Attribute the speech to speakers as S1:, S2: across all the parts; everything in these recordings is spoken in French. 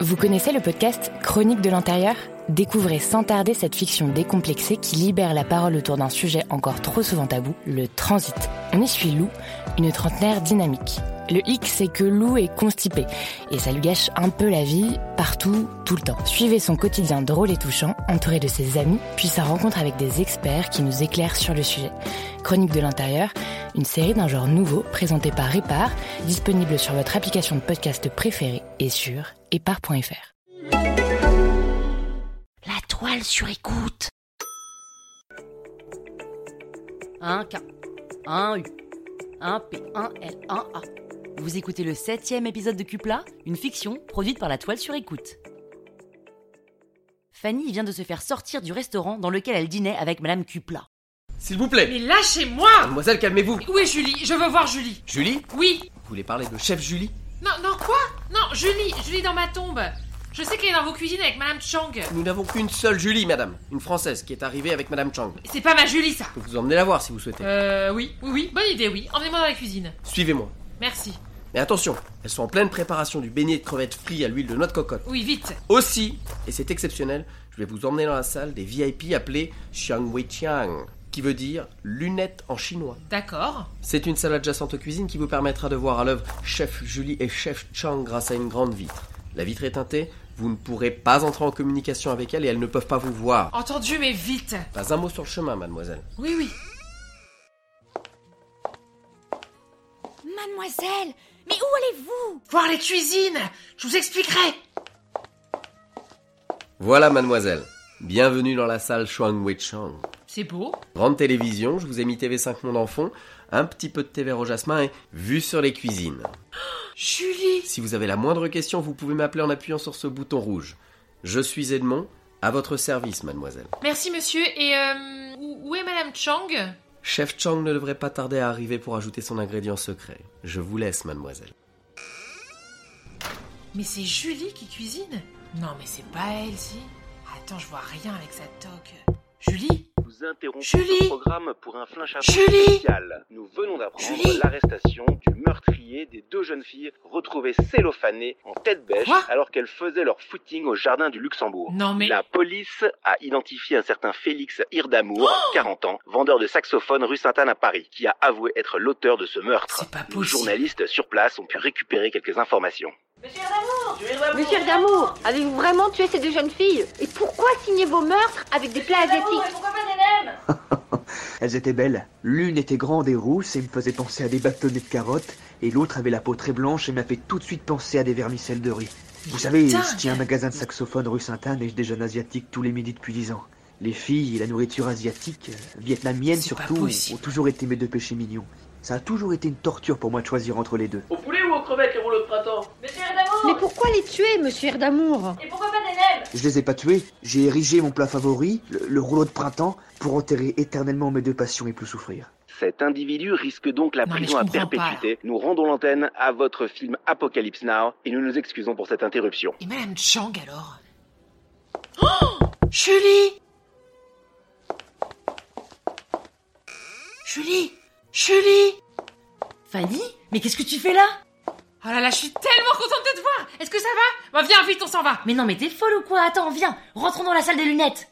S1: Vous connaissez le podcast Chronique de l'intérieur Découvrez sans tarder cette fiction décomplexée qui libère la parole autour d'un sujet encore trop souvent tabou, le transit. On y suit Lou, une trentenaire dynamique. Le hic, c'est que Lou est constipée et ça lui gâche un peu la vie, partout, tout le temps. Suivez son quotidien drôle et touchant, entouré de ses amis, puis sa rencontre avec des experts qui nous éclairent sur le sujet. Chronique de l'intérieur, une série d'un genre nouveau présentée par Répar, disponible sur votre application de podcast préférée et sur épar.fr.
S2: La toile sur écoute. Un K, un U, un P, un L, un A. Vous écoutez le septième épisode de Cupla, une fiction produite par la toile sur écoute. Fanny vient de se faire sortir du restaurant dans lequel elle dînait avec Madame Cupla.
S3: S'il vous plaît
S4: Mais lâchez-moi
S3: Mademoiselle, calmez-vous
S4: Où est Julie Je veux voir Julie.
S3: Julie
S4: Oui
S3: Vous voulez parler de chef Julie
S4: Non, non, quoi Non, Julie Julie dans ma tombe Je sais qu'elle est dans vos cuisines avec Madame Chang.
S3: Nous n'avons qu'une seule Julie, madame. Une française qui est arrivée avec madame Chang. Je
S4: C'est pas ma Julie, ça
S3: peux vous emmener la voir si vous souhaitez.
S4: Euh, oui, oui, oui, bonne idée, oui. Emmenez-moi dans la cuisine.
S3: Suivez-moi.
S4: Merci.
S3: Mais attention, elles sont en pleine préparation du beignet de crevettes frites à l'huile de noix de cocotte.
S4: Oui, vite
S3: Aussi, et c'est exceptionnel, je vais vous emmener dans la salle des VIP appelés Xiang Wei Chiang, qui veut dire lunettes en chinois.
S4: D'accord.
S3: C'est une salle adjacente aux cuisines qui vous permettra de voir à l'œuvre Chef Julie et Chef Chang grâce à une grande vitre. La vitre est teintée, vous ne pourrez pas entrer en communication avec elles et elles ne peuvent pas vous voir.
S4: Entendu, mais vite
S3: Pas un mot sur le chemin, mademoiselle.
S4: Oui, oui.
S5: Mademoiselle, mais où allez-vous
S4: Voir les cuisines Je vous expliquerai
S3: Voilà, mademoiselle. Bienvenue dans la salle Shuang Wei Chang.
S4: C'est beau.
S3: Grande télévision, je vous ai mis TV5 Monde en fond, un petit peu de thé vert au jasmin et vue sur les cuisines.
S4: Julie
S3: Si vous avez la moindre question, vous pouvez m'appeler en appuyant sur ce bouton rouge. Je suis Edmond, à votre service, mademoiselle.
S4: Merci, monsieur. Et euh, où où est Madame Chang
S3: Chef Chang ne devrait pas tarder à arriver pour ajouter son ingrédient secret. Je vous laisse, mademoiselle.
S4: Mais c'est Julie qui cuisine Non, mais c'est pas elle, si Attends, je vois rien avec sa toque. Julie
S6: Nous interrompons
S4: Julie
S6: ce programme pour un flinch info
S4: Julie
S6: spécial. Nous venons
S4: Julie
S6: d'apprendre l'arrestation du meurtrier des deux jeunes filles retrouvées cellophanées en tête bêche
S4: Quoi
S6: alors qu'elles faisaient leur footing au jardin du Luxembourg.
S4: Non, mais.
S6: La police a identifié un certain Félix Irdamour, 40 ans, vendeur de saxophone rue Sainte-Anne à Paris, qui a avoué être l'auteur de ce meurtre.
S4: C'est pas
S6: Nos
S4: possible.
S6: journalistes sur place ont pu récupérer quelques informations.
S5: Monsieur Damour, avez-vous vraiment tué ces deux jeunes filles Et pourquoi signer vos meurtres avec des plats asiatiques
S7: Elles étaient belles. L'une était grande et rousse et me faisait penser à des bâtonnets de carottes, et l'autre avait la peau très blanche et m'a fait tout de suite penser à des vermicelles de riz. Vous savez,
S4: Putain.
S7: je tiens un magasin de saxophone rue Sainte-Anne et je déjeune asiatique tous les midis depuis 10 ans. Les filles et la nourriture asiatique, euh, vietnamienne
S4: C'est pas
S7: surtout,
S4: possible.
S7: ont toujours été mes deux péchés mignons. Ça a toujours été une torture pour moi de choisir entre les deux.
S4: Oh.
S8: Au poulet ou aux crevettes les rouleaux de printemps
S5: Mais pourquoi les tuer, monsieur Erdamour
S7: Je les ai pas tuées, j'ai érigé mon plat favori, le, le rouleau de printemps, pour enterrer éternellement mes deux passions et plus souffrir.
S6: Cet individu risque donc la
S4: Non, mais
S6: prison
S4: je
S6: à
S4: comprends pas,
S6: perpétuité. Nous rendons l'antenne à votre film Apocalypse Now et nous nous excusons pour cette interruption.
S4: Et Madame Chang alors Oh Julie Julie Julie
S2: Fanny Mais qu'est-ce que tu fais là
S4: Oh là là, je suis tellement contente de te voir Est-ce que ça va Bah viens vite, on s'en va
S2: Mais non, mais t'es folle ou quoi Attends, viens, rentrons dans la salle des lunettes.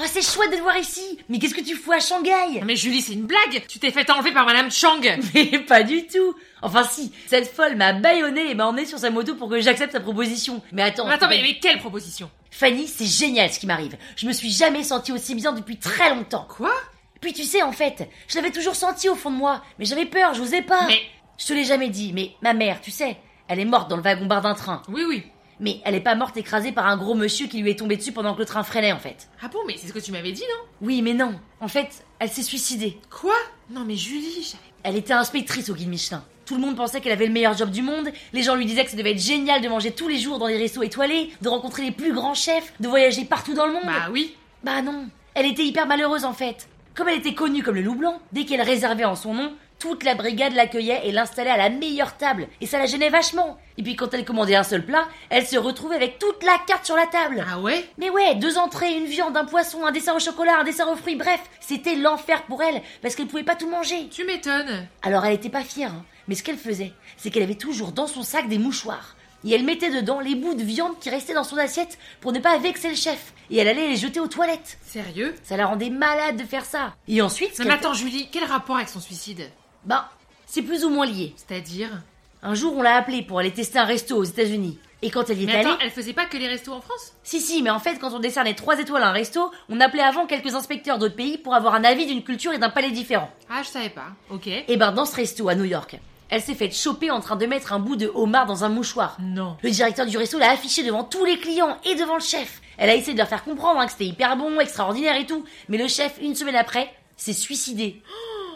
S2: Oh, c'est chouette de te voir ici Mais qu'est-ce que tu fous à Shanghai
S4: Non mais Julie, c'est une blague Tu t'es fait enlever par Madame Chang
S2: Mais pas du tout Enfin si, cette folle m'a baïonné et m'a emmené sur sa moto pour que j'accepte sa proposition. Mais attends...
S4: Mais attends, mais, mais quelle proposition
S2: Fanny, c'est génial ce qui m'arrive. Je me suis jamais sentie aussi bien depuis très longtemps.
S4: Quoi
S2: Puis tu sais, en fait, je l'avais toujours senti au fond de moi, mais j'avais peur, je n'osais pas.
S4: Mais...
S2: Je te l'ai jamais dit, mais ma mère, tu sais, elle est morte dans le wagon-bar d'un train.
S4: Oui, oui.
S2: Mais elle est pas morte écrasée par un gros monsieur qui lui est tombé dessus pendant que le train freinait, en fait.
S4: Ah bon, mais c'est ce que tu m'avais dit, non
S2: Oui, mais non. En fait, elle s'est suicidée.
S4: Quoi Non mais Julie, j'avais...
S2: Elle était inspectrice au guide Michelin. Tout le monde pensait qu'elle avait le meilleur job du monde, les gens lui disaient que ça devait être génial de manger tous les jours dans des restos étoilés, de rencontrer les plus grands chefs, de voyager partout dans le monde.
S4: Bah oui
S2: Bah non, elle était hyper malheureuse en fait. Comme elle était connue comme le loup blanc, dès qu'elle réservait en son nom, toute la brigade l'accueillait et l'installait à la meilleure table, et ça la gênait vachement. Et puis quand elle commandait un seul plat, elle se retrouvait avec toute la carte sur la table.
S4: Ah ouais
S2: Mais ouais, deux entrées, une viande, un poisson, un dessert au chocolat, un dessert aux fruits, bref, c'était l'enfer pour elle, parce qu'elle pouvait pas tout manger.
S4: Tu m'étonnes
S2: Alors elle était pas fière, hein. mais ce qu'elle faisait, c'est qu'elle avait toujours dans son sac des mouchoirs. Et elle mettait dedans les bouts de viande qui restaient dans son assiette pour ne pas vexer le chef. Et elle allait les jeter aux toilettes.
S4: Sérieux
S2: Ça la rendait malade de faire ça. Et ensuite... ce
S4: Non mais
S2: qu'elle
S4: attends Julie, quel rapport avec son suicide
S2: fait- Bah, c'est plus ou moins lié.
S4: C'est-à-dire
S2: Un jour, on l'a appelée pour aller tester un resto aux États-Unis. Et quand elle y est
S4: Mais
S2: allée.
S4: attends, elle faisait pas que les restos en France
S2: Si, si, mais en fait, quand on décernait trois étoiles à un resto, on appelait avant quelques inspecteurs d'autres pays pour avoir un avis d'une culture et d'un palais différent.
S4: Ah, je savais pas. Ok.
S2: Et ben, dans ce resto à New York, elle s'est faite choper en train de mettre un bout de homard dans un mouchoir.
S4: Non.
S2: Le directeur du resto l'a affiché devant tous les clients et devant le chef. Elle a essayé de leur faire comprendre hein, que c'était hyper bon, extraordinaire et tout. Mais le chef, une semaine après, s'est suicidé.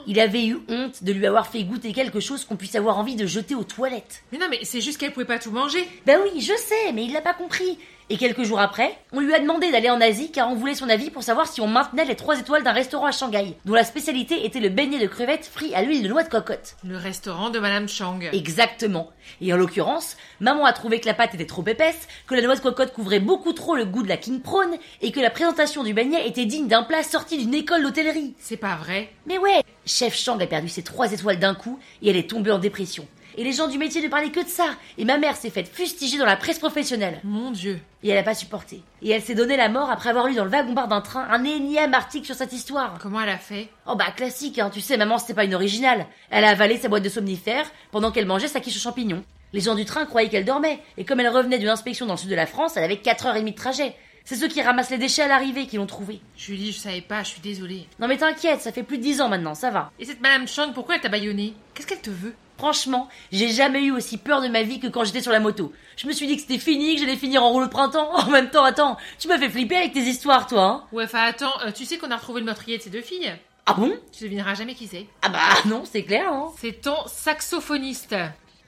S2: Il avait eu honte de lui avoir fait goûter quelque chose qu'on puisse avoir envie de jeter aux toilettes.
S4: Mais non, mais c'est juste qu'elle pouvait pas tout manger.
S2: Ben oui, je sais, mais il l'a pas compris. Et quelques jours après, on lui a demandé d'aller en Asie car on voulait son avis pour savoir si on maintenait les trois étoiles d'un restaurant à Shanghai, dont la spécialité était le beignet de crevettes frit à l'huile de noix de cocotte.
S4: Le restaurant de Madame Chang.
S2: Exactement. Et en l'occurrence, maman a trouvé que la pâte était trop épaisse, que la noix de cocotte couvrait beaucoup trop le goût de la king prawn et que la présentation du beignet était digne d'un plat sorti d'une école d'hôtellerie.
S4: C'est pas vrai.
S2: Mais ouais, Chef Chang a perdu ses trois étoiles d'un coup et elle est tombée en dépression. Et les gens du métier ne parlaient que de ça. Et ma mère s'est faite fustiger dans la presse professionnelle.
S4: Mon Dieu.
S2: Et elle n'a pas supporté. Et elle s'est donné la mort après avoir lu dans le wagon-bar d'un train un énième article sur cette histoire.
S4: Comment elle a fait
S2: Oh bah classique, hein, tu sais, maman, c'était pas une originale. Elle a avalé sa boîte de somnifères pendant qu'elle mangeait sa quiche aux champignons. Les gens du train croyaient qu'elle dormait, et comme elle revenait d'une inspection dans le sud de la France, elle avait 4h30 de trajet. C'est ceux qui ramassent les déchets à l'arrivée qui l'ont trouvée.
S4: Julie, je savais pas, je suis désolée.
S2: Non mais t'inquiète, ça fait plus de 10 ans maintenant, ça va.
S4: Et cette Madame Chang, pourquoi elle t'a baïonné Qu'est-ce qu'elle te veut
S2: Franchement, j'ai jamais eu aussi peur de ma vie que quand j'étais sur la moto. Je me suis dit que c'était fini, que j'allais finir en rouleau de printemps. En même temps, attends, tu m'as fait flipper avec tes histoires, toi, hein.
S4: Ouais, enfin attends, euh, tu sais qu'on a retrouvé le meurtrier de ces deux filles
S2: Ah bon
S4: Tu devineras jamais qui c'est.
S2: Ah bah non, c'est clair, hein.
S4: C'est ton saxophoniste.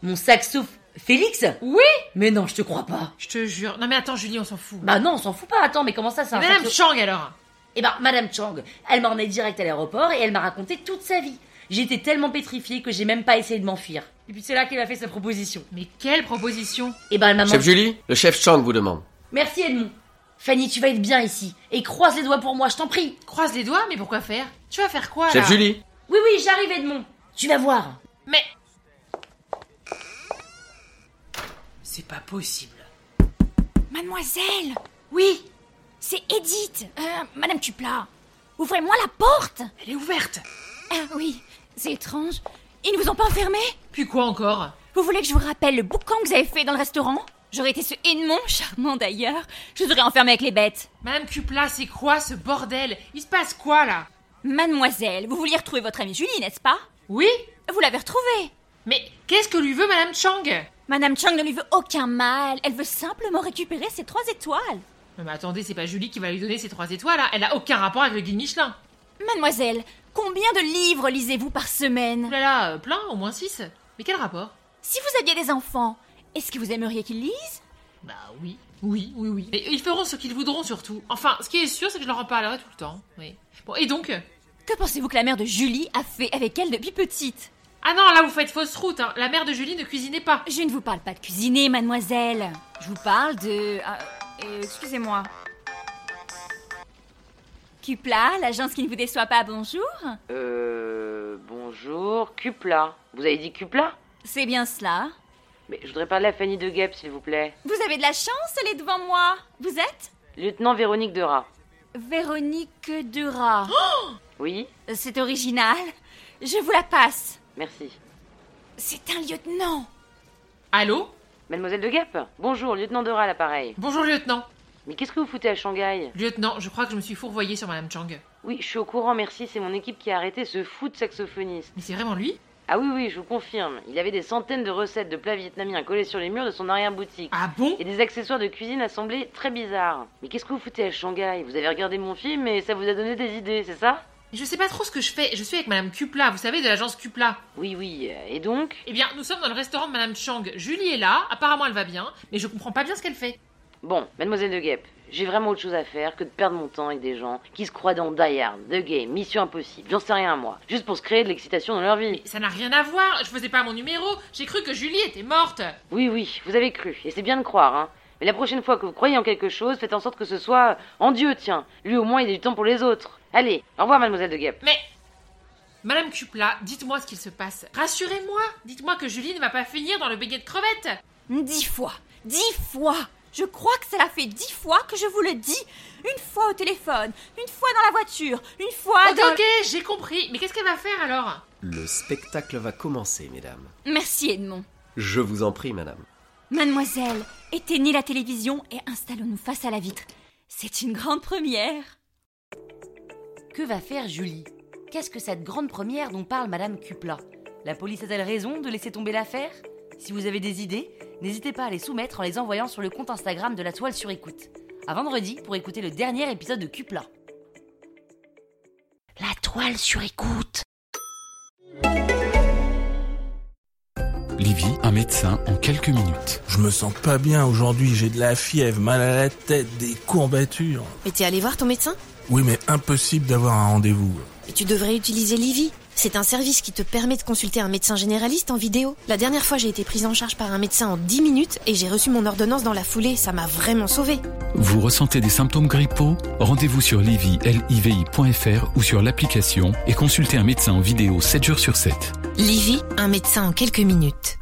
S2: Mon saxo... Félix
S4: Oui
S2: Mais non, je te crois pas.
S4: Je te jure. Non mais attends Julie, on s'en fout.
S2: Bah non, on s'en fout pas. Attends, mais comment ça, c'est un
S4: Madame
S2: saxo-
S4: Chang alors
S2: Eh ben, Madame Chang, elle m'a emmenée direct à l'aéroport et elle m'a raconté toute sa vie. J'étais tellement pétrifiée que j'ai même pas essayé de m'enfuir. Et puis c'est là qu'elle a fait sa proposition.
S4: Mais quelle proposition
S2: Eh ben, elle m'a
S3: Chef
S2: menti.
S3: Julie, le chef Chang vous demande.
S2: Merci Edmond. Fanny, tu vas être bien ici. Et croise les doigts pour moi, je t'en prie.
S4: Croise les doigts, mais pourquoi faire Tu vas faire quoi
S3: Chef
S4: là
S3: Julie
S2: Oui, oui, j'arrive Edmond. Tu vas voir.
S4: Mais. C'est pas possible.
S9: Mademoiselle,
S4: Oui,
S9: c'est Edith. Euh, Madame Tupla, ouvrez-moi la porte.
S4: elle est ouverte.
S9: Ah oui, c'est étrange. Ils ne vous ont pas enfermé
S4: Puis quoi encore
S9: Vous voulez que je vous rappelle le boucan que vous avez fait dans le restaurant J'aurais été ce Edmond, charmant d'ailleurs. Je vous aurais enfermé avec les bêtes.
S4: Madame Cupla, c'est quoi ce bordel Il se passe quoi là
S9: Mademoiselle, vous vouliez retrouver votre amie Julie, n'est-ce pas
S4: Oui
S9: Vous l'avez retrouvée.
S4: Mais qu'est-ce que lui veut Madame Chang
S9: Madame Chang ne lui veut aucun mal. Elle veut simplement récupérer ses trois étoiles.
S4: Non mais attendez, c'est pas Julie qui va lui donner ses trois étoiles là. Elle a aucun rapport avec le guide Michelin.
S9: Mademoiselle, combien de livres lisez-vous par semaine
S4: Ouh là là, euh, plein, au moins six. Mais quel rapport
S9: Si vous aviez des enfants, est-ce que vous aimeriez qu'ils lisent
S4: Bah oui. Oui, oui, oui. Mais ils feront ce qu'ils voudront surtout. Enfin, ce qui est sûr, c'est que je leur en parlerai tout le temps. Oui. Bon, et donc
S9: Que pensez-vous que la mère de Julie a fait avec elle depuis petite
S4: Ah non, là vous faites fausse route. hein. La mère de Julie ne cuisinait pas.
S9: Je ne vous parle pas de cuisiner, mademoiselle. Je vous parle de... ah, euh, Excusez-moi. Cupla, l'agence qui ne vous déçoit pas, bonjour.
S5: Euh. Bonjour, Cupla. Vous avez dit Cupla
S9: C'est bien cela.
S5: Mais je voudrais parler à Fanny de Guêpe, s'il vous plaît.
S9: Vous avez de la chance, elle est devant moi. Vous êtes
S5: Lieutenant Véronique Dera.
S2: Véronique Duras.
S5: Oui
S2: Euh, C'est original. Je vous la passe.
S5: Merci.
S2: C'est un lieutenant.
S4: Allô
S5: Mademoiselle de Gap Bonjour, lieutenant Dora à l'appareil.
S4: Bonjour, lieutenant.
S5: Mais qu'est-ce que vous foutez à Shanghai
S4: Lieutenant, je crois que je me suis fourvoyée sur Madame Chang.
S5: Oui, je suis au courant, merci, c'est mon équipe qui a arrêté ce fou de saxophoniste.
S4: Mais c'est vraiment lui
S5: Ah oui, oui, je vous confirme. Il avait des centaines de recettes de plats vietnamiens collées sur les murs de son arrière-boutique.
S4: Ah bon
S5: Et des accessoires de cuisine assemblés très bizarres. Mais qu'est-ce que vous foutez à Shanghai Vous avez regardé mon film et ça vous a donné des idées, c'est ça
S4: Mais Je sais pas trop ce que je fais. Je suis avec Madame Cupla, vous savez, de l'agence Cupla.
S5: Oui, oui, euh, et donc
S4: Eh bien, nous sommes dans le restaurant de Madame Chang. Julie est là, apparemment elle va bien, mais je comprends pas bien ce qu'elle fait.
S5: Bon, mademoiselle de Gap, j'ai vraiment autre chose à faire que de perdre mon temps avec des gens qui se croient dans Die Hard, The Game, Mission Impossible, j'en sais rien moi, juste pour se créer de l'excitation dans leur vie.
S4: Ça n'a rien à voir, je faisais pas mon numéro, j'ai cru que Julie était morte.
S5: Oui, oui, vous avez cru, et c'est bien de croire, hein. Mais la prochaine fois que vous croyez en quelque chose, faites en sorte que ce soit en Dieu, tiens. Lui au moins, il a du temps pour les autres. Allez, au revoir, mademoiselle de Gap.
S4: Mais. Madame Cupla, dites-moi ce qu'il se passe. Rassurez-moi, dites-moi que Julie ne va pas finir dans le beignet de crevettes.
S2: Dix fois. Dix fois. Je crois que cela fait dix fois que je vous le dis. Une fois au téléphone, une fois dans la voiture, une fois
S4: ok,
S2: dans...
S4: ok, j'ai compris. Mais qu'est-ce qu'elle va faire alors
S10: Le spectacle va commencer, mesdames.
S2: Merci Edmond.
S10: Je vous en prie, madame.
S2: Mademoiselle, éteignez la télévision et installons-nous face à la vitre. C'est une grande première.
S11: Que va faire Julie Qu'est-ce que cette grande première dont parle Madame Cupla La police a-t-elle raison de laisser tomber l'affaire Si vous avez des idées, n'hésitez pas à les soumettre en les envoyant sur le compte Instagram de la toile sur écoute. À vendredi pour écouter le dernier épisode de Cupla. La toile sur écoute
S12: Livy, un médecin en quelques minutes.
S3: Je me sens pas bien aujourd'hui, j'ai de la fièvre, mal à la tête, des courbatures.
S1: Mais t'es allé voir ton médecin
S3: Oui, mais impossible d'avoir un rendez-vous.
S1: Et tu devrais utiliser Livy. C'est un service qui te permet de consulter un médecin généraliste en vidéo. La dernière fois, j'ai été prise en charge par un médecin en 10 minutes et j'ai reçu mon ordonnance dans la foulée. Ça m'a vraiment sauvée.
S12: Vous ressentez des symptômes grippaux Rendez-vous sur livy, livi.fr ou sur l'application et consultez un médecin en vidéo 7 jours sur 7.
S1: Livy, un médecin en quelques minutes.